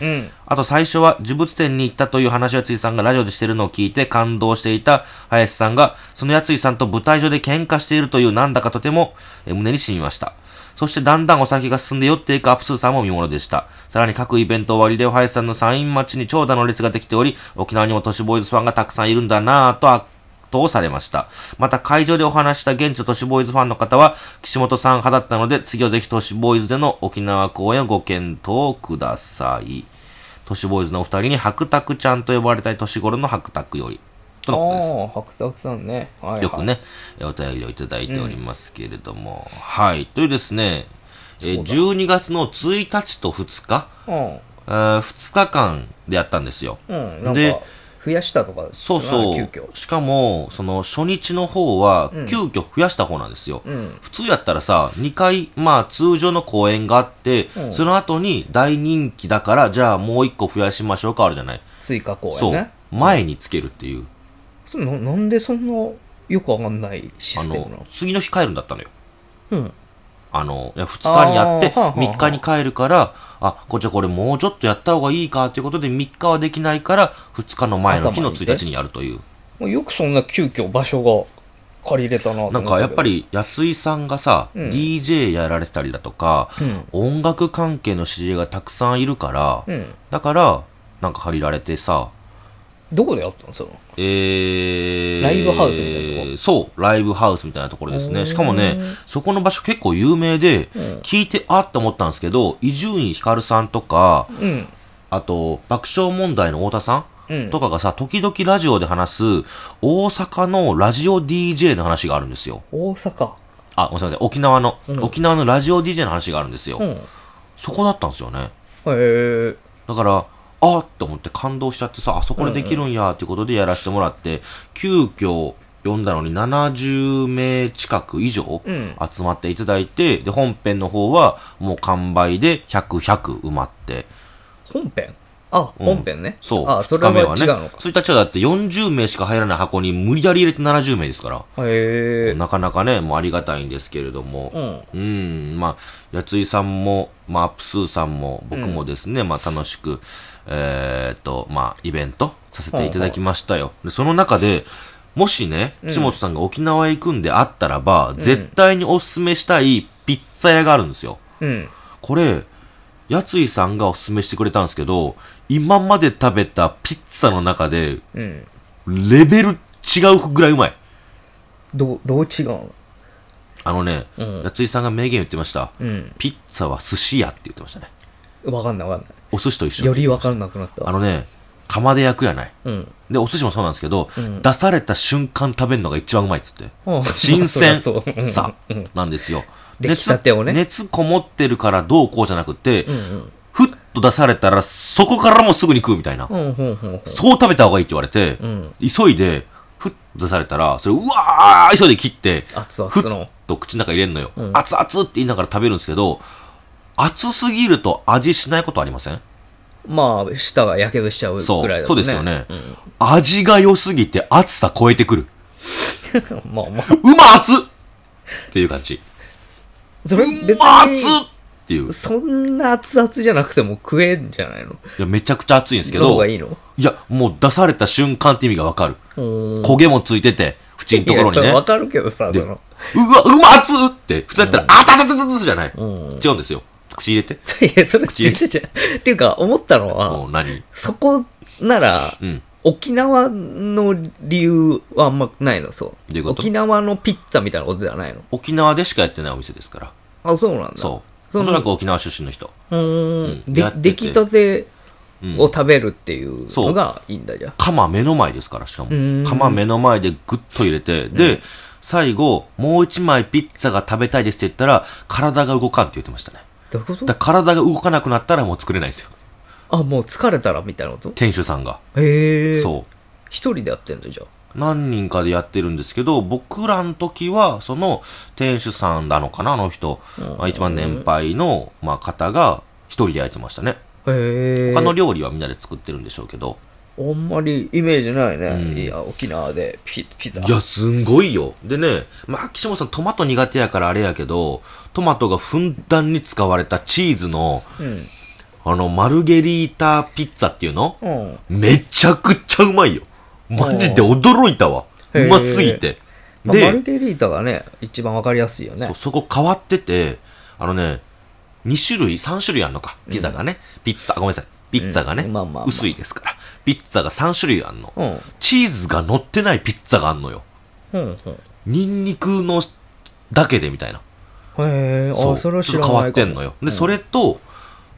Speaker 1: うん。
Speaker 2: あと最初は呪物店に行ったという話をやついさんがラジオでしてるのを聞いて感動していた林さんが、そのやついさんと舞台上で喧嘩しているというなんだかとてもえー胸に染みました。そしてだんだんお酒が進んで酔っていくアップスーさんも見ものでした。さらに各イベント終わりで林さんのサイン待ちに長蛇の列ができており、沖縄にも都市ボーイズファンがたくさんいるんだなぁと圧倒されました。また会場でお話しした現地の都市ボーイズファンの方は、岸本さん派だったので、次はぜひ都市ボーイズでの沖縄公演をご検討ください。都市ボーイズのお二人に白卓ちゃんと呼ばれたい年頃の白卓よりとのことです。
Speaker 1: ああ、白沢さんね。はい、はい。
Speaker 2: よく。ね、えお便りをいただいておりますけれども、はい。というですね、えー12月の1日と2日、
Speaker 1: う
Speaker 2: 2日間でやったんですよ。
Speaker 1: ん。うん。なん
Speaker 2: で
Speaker 1: か、増やしたとか、
Speaker 2: そうそう。
Speaker 1: 急遽。
Speaker 2: しかも、その初日の方は、急遽増やした方なんですよ。
Speaker 1: うん。
Speaker 2: 普通やったらさ、2回、まあ通常の公演があって、
Speaker 1: うん
Speaker 2: その後に大人気だから、じゃあもう1個増やしましょうか、あるじゃない。
Speaker 1: 追加公
Speaker 2: そ
Speaker 1: 演
Speaker 2: う
Speaker 1: ね。。
Speaker 2: 前につけるっていう。
Speaker 1: そう。ななんでそんな、よくわかんないシ
Speaker 2: あ
Speaker 1: ステムな
Speaker 2: の
Speaker 1: の、
Speaker 2: 次の日帰るんだったのよ。
Speaker 1: うん。
Speaker 2: あの、いや2日にやって、
Speaker 1: あーはあはあ
Speaker 2: 3日に帰るから、あ、こっちはこれもうちょっとやった方がいいかということで、3日はできないから、2日の前の日の
Speaker 1: 頭にね
Speaker 2: 1日にやるという。
Speaker 1: もうよくそんな急遽場所が借りれたなと
Speaker 2: な
Speaker 1: 思
Speaker 2: ん
Speaker 1: たけど
Speaker 2: かやっぱ、り、安井さんがさ、
Speaker 1: うん
Speaker 2: DJ やられてたりだとか、
Speaker 1: うん。
Speaker 2: 音楽関係の知り合いがたくさんいるから、
Speaker 1: うん。
Speaker 2: だから、なんか借りられてさ、
Speaker 1: どこでやったのその。
Speaker 2: えー、
Speaker 1: ライブハウスみたいなとこ
Speaker 2: そう、ライブハウスみたいなところです
Speaker 1: お
Speaker 2: ね。
Speaker 1: ー
Speaker 2: しかもね、そこの場所結構有名で、
Speaker 1: うん
Speaker 2: 聞いてあって思ったんですけど、伊集院光さんとか、
Speaker 1: うん。
Speaker 2: あと、爆笑問題の太田さ
Speaker 1: うん
Speaker 2: んとかがさ、時々ラジオで話す、大阪のラジオ DJ の話があるんですよ。
Speaker 1: 大阪。
Speaker 2: あ、ごめんなさい、沖縄の、
Speaker 1: うん
Speaker 2: 沖縄のラジオ DJ の話があるんですよ。
Speaker 1: うん。へ
Speaker 2: そこだったんですよね。
Speaker 1: え。
Speaker 2: だから、あっと思って感動しちゃってさ、あそこでできるんやっていうことでやらせてもらって、急遽呼んだのに70名近く以上
Speaker 1: うん
Speaker 2: 集まっていただいて、で、本編の方はもう完売で100、100埋まって、
Speaker 1: 本編あ、
Speaker 2: うん
Speaker 1: 本編ね。
Speaker 2: そう、
Speaker 1: あ、そ
Speaker 2: 二
Speaker 1: れは
Speaker 2: 日
Speaker 1: 違
Speaker 2: 目
Speaker 1: う
Speaker 2: はね。
Speaker 1: のか。
Speaker 2: 1日はだって40名しか入らない箱に無理やり入れて70名ですから、
Speaker 1: へえ。
Speaker 2: なかなかね、もうありがたいんですけれども、
Speaker 1: うん。
Speaker 2: うん、まあ、やついさんも、まあ、アップスーさんも、僕もですね、まあ、楽しく、えーっと、まあ、イベントさせていただきましたよ。でその中で、もしね、岸本さんが沖縄へ行くんであったらば、絶対におすすめしたいピッツァ屋があるんですよ。
Speaker 1: うん。
Speaker 2: これ、やついさんがおすすめしてくれたんですけど、今まで食べたピッツァの中で、
Speaker 1: うん。
Speaker 2: レベル違うぐらいうまい。
Speaker 1: どう、どう違うの
Speaker 2: あのね、
Speaker 1: うん
Speaker 2: やついさんが名言言ってました。
Speaker 1: うん。
Speaker 2: ピッツァは寿司屋って言ってましたね。
Speaker 1: わかんないわかんな
Speaker 2: お寿司と一緒
Speaker 1: い。よりわかんなくなったわ。
Speaker 2: あのね、釜で焼くやない。
Speaker 1: うん。
Speaker 2: で、お寿司もそうなんですけど、出された瞬間食べるのが一番うまいっつ
Speaker 1: *laughs*
Speaker 2: って。
Speaker 1: うん
Speaker 2: 新
Speaker 1: *laughs*
Speaker 2: 鮮
Speaker 1: そりゃそううん
Speaker 2: さ
Speaker 1: うん、
Speaker 2: なんですよ。
Speaker 1: 出来たてをね
Speaker 2: 熱熱こもってるからどうこうじゃなくて、
Speaker 1: うんうん。
Speaker 2: ふっと出されたらそこからもうすぐに食うみたいな。
Speaker 1: うん、うん、うん。
Speaker 2: そう食べた方がいいって言われて、
Speaker 1: ん
Speaker 2: 急いで、ふっと出されたら、それ、うわー急いで切って、
Speaker 1: 熱々
Speaker 2: ふっ
Speaker 1: の。
Speaker 2: と口の中に入れんのよ。
Speaker 1: うん
Speaker 2: 熱々って言いながら食べるんですけど、熱すぎると味しないことありません
Speaker 1: まあ、舌がやけどしちゃう
Speaker 2: そう
Speaker 1: ぐらいだ
Speaker 2: そ
Speaker 1: も
Speaker 2: うん
Speaker 1: ね。
Speaker 2: ですよね、味が良すぎて熱さ超えてくる。
Speaker 1: うん。 *laughs* まあまあ。
Speaker 2: うま熱っっていう感じ。
Speaker 1: そうれ別
Speaker 2: ま熱
Speaker 1: に、
Speaker 2: っっていう。い
Speaker 1: そんな熱々じゃなくても食えんじゃないの
Speaker 2: や、めちゃくちゃ熱いんですけ
Speaker 1: の方
Speaker 2: ど、
Speaker 1: が
Speaker 2: い
Speaker 1: いいの
Speaker 2: や、もう出された瞬間って意味がわかる。
Speaker 1: うん。
Speaker 2: 焦げもついてて、縁のところに
Speaker 1: い
Speaker 2: ね。
Speaker 1: やそれ
Speaker 2: う
Speaker 1: わ
Speaker 2: わ、
Speaker 1: かるけどさ、
Speaker 2: で
Speaker 1: その。
Speaker 2: うま熱っって、普通だったら、あたたたたたたじゃない。
Speaker 1: うん。
Speaker 2: 違うんですよ。口入れて。
Speaker 1: いや、それ、
Speaker 2: 口
Speaker 1: 違う違う違う。っていうか、思ったの
Speaker 2: も
Speaker 1: は、
Speaker 2: う何
Speaker 1: そこなら
Speaker 2: う、ん。
Speaker 1: 沖縄の理由はあんまないの、そう。
Speaker 2: どういうこと
Speaker 1: 沖縄のピッツァみたいなことではないの。
Speaker 2: 沖縄でしかやってないお店ですから。
Speaker 1: あ、そうなんだ。
Speaker 2: そう。
Speaker 1: そ
Speaker 2: お
Speaker 1: の
Speaker 2: そらく沖縄出身の人。
Speaker 1: うーん。
Speaker 2: うん
Speaker 1: で
Speaker 2: やってて
Speaker 1: 出来たて
Speaker 2: うん
Speaker 1: を。食べるっていうのがいいんだじゃん。
Speaker 2: 釜目の前ですから、しかも
Speaker 1: ーん。
Speaker 2: 釜目の前でグッと入れて、で、最後、もう一枚ピッツァが食べたいですって言ったら、体が動かんって言ってましたね。
Speaker 1: どういうこと
Speaker 2: だから体が動かなくなったらもう作れないんですよ。
Speaker 1: あ、もう疲れたらみたいなこと
Speaker 2: 店主さんが。
Speaker 1: へえ。う。
Speaker 2: そ
Speaker 1: 一人でやってんだじゃん。
Speaker 2: う。何人かでやってるんですけど、僕らの時は、その、店主さんなのかな、あの人。まあ一番年配の、まあ、方が、一人で焼いてましたね。
Speaker 1: へえ。
Speaker 2: 他の料理はみんなで作ってるんでしょうけど。
Speaker 1: あんまりイメージないね。
Speaker 2: うん
Speaker 1: いや、沖縄でピピザ。
Speaker 2: いや、すんごいよ。でね、まあ、岸本さん、トマト苦手やからあれやけど、トマトがふんだんに使われたチーズの、
Speaker 1: うん。
Speaker 2: あの、マルゲリータピッツァっていうの
Speaker 1: うん。
Speaker 2: めちゃくちゃうまいよ。マジで驚いたわ。
Speaker 1: へー
Speaker 2: うますぎて。
Speaker 1: まあ、マ
Speaker 2: で
Speaker 1: ル、ゲリータがね、一番わかりやすいよね
Speaker 2: そ、。そこ変わってて、あのね、2種類、3種類あんのか。ピザがね、ピッツァ、ごめんなさい。ピッツァがね、
Speaker 1: うんまあまあまあ
Speaker 2: 薄いですから。ピッツァが3種類あんの。
Speaker 1: うん。
Speaker 2: チーズが乗ってないピッツァがあんのよ。
Speaker 1: うん。うん。
Speaker 2: ニンニクのだけでみたいな。
Speaker 1: へえ、
Speaker 2: そ
Speaker 1: あ、
Speaker 2: う
Speaker 1: それは知らない
Speaker 2: ちょっと
Speaker 1: か
Speaker 2: 変わってんのよ。で、それと、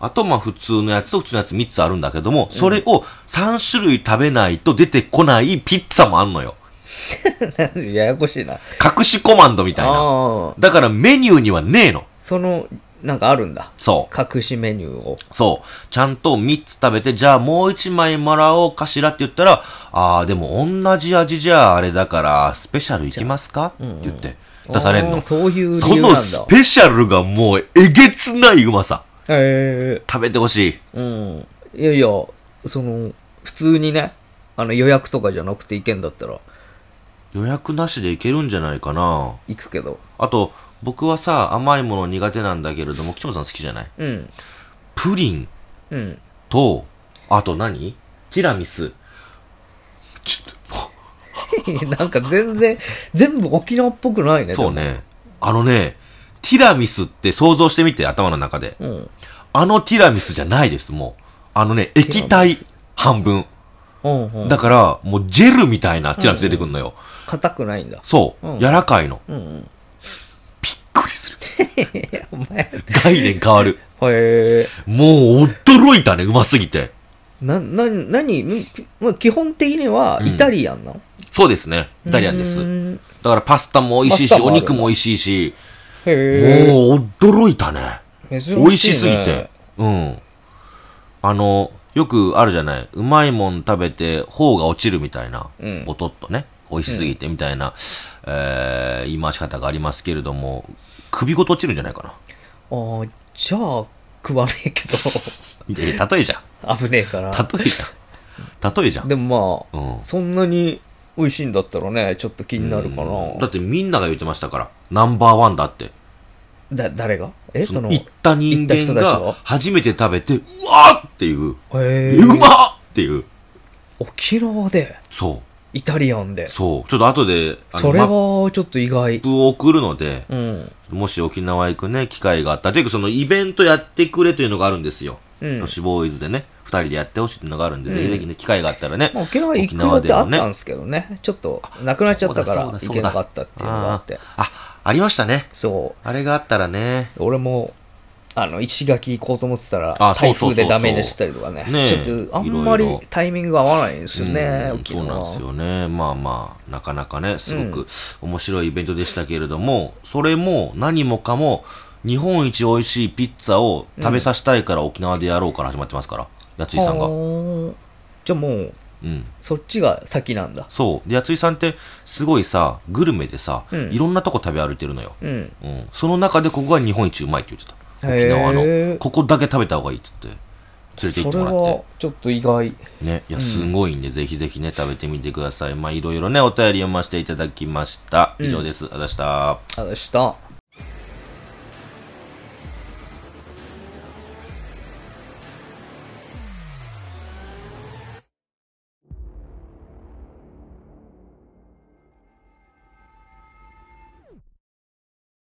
Speaker 2: あとまあ普通のやつと普通のやつ3つあるんだけども、それを3種類食べないと出てこないピッツァもあんのよ。
Speaker 1: も。 *laughs* ややこしいな。
Speaker 2: 隠しコマンドみたいな。
Speaker 1: ああ。
Speaker 2: だからメニューにはねえの。
Speaker 1: その、なんかあるんだ。
Speaker 2: そう。
Speaker 1: 隠しメニューを。
Speaker 2: そう。ちゃんと3つ食べて、じゃあもう1枚もらおうかしらって言ったら、あーでも同じ味じゃあれだから、スペシャルいきますかって言って出され
Speaker 1: あ
Speaker 2: ん
Speaker 1: ー
Speaker 2: の。そ
Speaker 1: そういう理由
Speaker 2: の
Speaker 1: なん
Speaker 2: ス
Speaker 1: だ。
Speaker 2: ペシャルがもうえげつないうまさ。
Speaker 1: へえ
Speaker 2: 食べてほしい。
Speaker 1: うん。いやいや、その、普通にね、あの予約とかじゃなくて行けんだったら
Speaker 2: 予約なしでいけるんじゃないかな
Speaker 1: 行くけど。
Speaker 2: あと僕はさ甘いもの苦手なんだけれども岸本さん好きじゃない
Speaker 1: うん。
Speaker 2: プリン
Speaker 1: うん。
Speaker 2: とあと何ティラミスちょっ
Speaker 1: *laughs* なんか全然、全部沖縄っぽくないね。
Speaker 2: とそうねあのねティラミスって想像してみて頭の中で
Speaker 1: でも。うん。
Speaker 2: あのティラミスじゃないですもうあのね液体半分
Speaker 1: うんうん、
Speaker 2: だからもうジェルみたいなティラミス出てくるのよ、
Speaker 1: 硬くないんだ。
Speaker 2: そう、
Speaker 1: うん
Speaker 2: 柔らかいの
Speaker 1: うんうん。
Speaker 2: びっくりする
Speaker 1: *laughs* お前。
Speaker 2: 概念変わる
Speaker 1: へえ。
Speaker 2: もう驚いたねうますぎて
Speaker 1: な、な、なに、んきまあ、基本的には
Speaker 2: うん
Speaker 1: イタリアンなの、
Speaker 2: そうですね。イタリアンです。
Speaker 1: う
Speaker 2: だ
Speaker 1: ーん
Speaker 2: からパスタも美味しい
Speaker 1: パスタ
Speaker 2: し、
Speaker 1: も
Speaker 2: お
Speaker 1: あるんだ
Speaker 2: 肉も美味しいし、
Speaker 1: へえ。
Speaker 2: もう驚いたね。
Speaker 1: 珍しいね
Speaker 2: 美味しすぎて。。うん。あの、よくあるじゃない。うまいもん食べて、頬が落ちるみたいな
Speaker 1: うん。
Speaker 2: ボトッとね。美味しすぎてみたいな、えー、言い回し方がありますけれども、首ごと落ちるんじゃないかな。
Speaker 1: ああ、じゃあ、食わねえけど、 *laughs*
Speaker 2: いやいや例えじゃん。
Speaker 1: 危ねえから。
Speaker 2: 例えじゃん。例えじゃん。
Speaker 1: でもま
Speaker 2: うん
Speaker 1: あ、。そんなに美味しいんだったらね、ちょっと気になるか
Speaker 2: うんだ
Speaker 1: な
Speaker 2: っ。てみんなが言ってましたから。ナンバーワンだって。
Speaker 1: だ、誰がえ、そ
Speaker 2: その
Speaker 1: の、
Speaker 2: 行った
Speaker 1: 行
Speaker 2: 人
Speaker 1: った
Speaker 2: 間
Speaker 1: 人たち
Speaker 2: が
Speaker 1: は
Speaker 2: 初めて食べて、うわーっていう、
Speaker 1: へえ
Speaker 2: うまっっていう、
Speaker 1: 沖縄で、
Speaker 2: そ
Speaker 1: イタリアンで
Speaker 2: う、。そう、ちょっと後で、あの
Speaker 1: それ
Speaker 2: マッ
Speaker 1: は、ちょっと意外。
Speaker 2: プを送るので、
Speaker 1: うん。
Speaker 2: もし沖縄行くね、機会があったら、というかそのイベントやってくれというのがあるんですよ。
Speaker 1: うん
Speaker 2: 都市ボーイズでね、二人でやってほしいというのがあるんで、
Speaker 1: うん
Speaker 2: ぜひぜひね、機会があったらね、
Speaker 1: まあ、沖縄行く予定あったんですけどね。ちょっと、なくなっちゃったから、行けなかったっていうのがあって。
Speaker 2: あーあ、ありましたね。
Speaker 1: そう。
Speaker 2: あれがあったらね、
Speaker 1: 俺もあの石垣行こうと思ってたら
Speaker 2: あそう
Speaker 1: 台
Speaker 2: そうそうそう
Speaker 1: 風でダメでしたりとかね
Speaker 2: ねえ
Speaker 1: ちょっとあんま
Speaker 2: い
Speaker 1: り
Speaker 2: ろいろ
Speaker 1: タイミングが合わないんですよね、
Speaker 2: うん
Speaker 1: 沖
Speaker 2: そう
Speaker 1: 縄
Speaker 2: なんですよね。まあまあ、なかなかね、すご
Speaker 1: う
Speaker 2: く面白いイベントでしたけれども、それも何もかも、日本一美味しいピッツァを食べさせたいから沖縄でやろうから始まってますから、やついさんが。
Speaker 1: はあじゃあもう
Speaker 2: うん。
Speaker 1: そっちが先なんだ
Speaker 2: そう。で、やついさんって、すごいさ、グルメでさ、
Speaker 1: うん
Speaker 2: いろんなとこ食べ歩いてるのよ。
Speaker 1: うん
Speaker 2: うん。その中でここが日本一うまいって言ってた。
Speaker 1: へ
Speaker 2: 沖
Speaker 1: ー
Speaker 2: 縄の。ここだけ食べた方がいいって言って、連れて行
Speaker 1: そ
Speaker 2: って
Speaker 1: れ
Speaker 2: もらって
Speaker 1: は。ちょっと意外
Speaker 2: ね、いや、
Speaker 1: ん
Speaker 2: すごいんで、ぜひぜひね、食べてみてください。まあ、いろいろね、お便り読ませていただきました。以上です。ありがとうございました。
Speaker 1: あでした